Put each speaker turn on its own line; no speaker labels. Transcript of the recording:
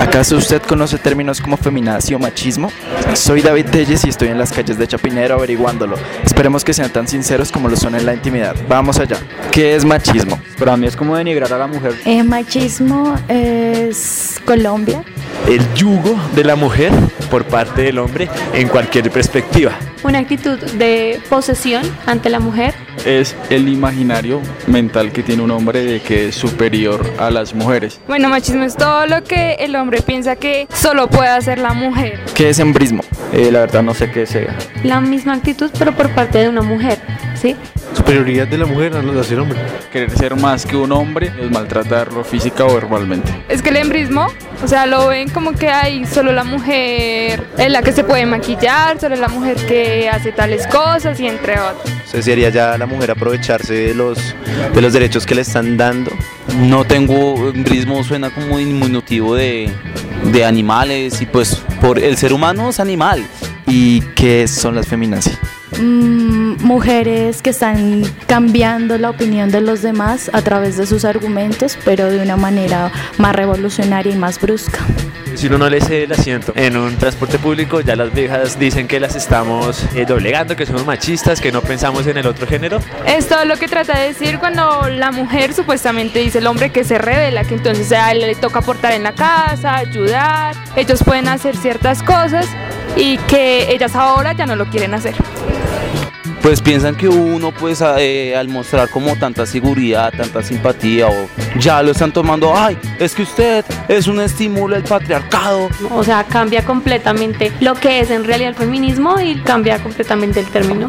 ¿Acaso usted conoce términos como feminazi o machismo? Soy David Telles y estoy en las calles de Chapinero averiguándolo. Esperemos que sean tan sinceros como lo son en la intimidad. Vamos allá. ¿Qué es machismo?
Para mí es como denigrar a la mujer.
Eh, machismo es Colombia.
El yugo de la mujer por parte del hombre en cualquier perspectiva.
Una actitud de posesión ante la mujer.
Es el imaginario mental que tiene un hombre de que es superior a las mujeres.
Bueno, machismo es todo lo que el hombre piensa que solo puede hacer la mujer.
¿Qué es embrismo?
Eh, la verdad no sé qué sea.
La misma actitud, pero por parte de una mujer, ¿sí?
Superioridad de la mujer a la del hombre.
Querer ser más que un hombre es maltratarlo física o verbalmente.
Es que el embrismo, o sea, lo ven como que hay solo la mujer es la que se puede maquillar, solo la mujer que hace tales cosas y entre otros.
Entonces sería ya la mujer aprovecharse de los, de los derechos que le están dando.
No tengo embrismo, suena como diminutivo de, de animales y pues por el ser humano es animal.
¿Y qué son las feminazis?
Mm, mujeres que están cambiando la opinión de los demás a través de sus argumentos, pero de una manera más revolucionaria y más brusca.
Si uno no le cede el asiento en un transporte público, ya las viejas dicen que las estamos eh, doblegando, que somos machistas, que no pensamos en el otro género.
Esto es lo que trata de decir cuando la mujer supuestamente dice el hombre que se revela, que entonces a él le toca aportar en la casa, ayudar, ellos pueden hacer ciertas cosas y que ellas ahora ya no lo quieren hacer
pues piensan que uno pues eh, al mostrar como tanta seguridad, tanta simpatía o ya lo están tomando, ay, es que usted es un estímulo del patriarcado.
O sea, cambia completamente lo que es en realidad el feminismo y cambia completamente el término.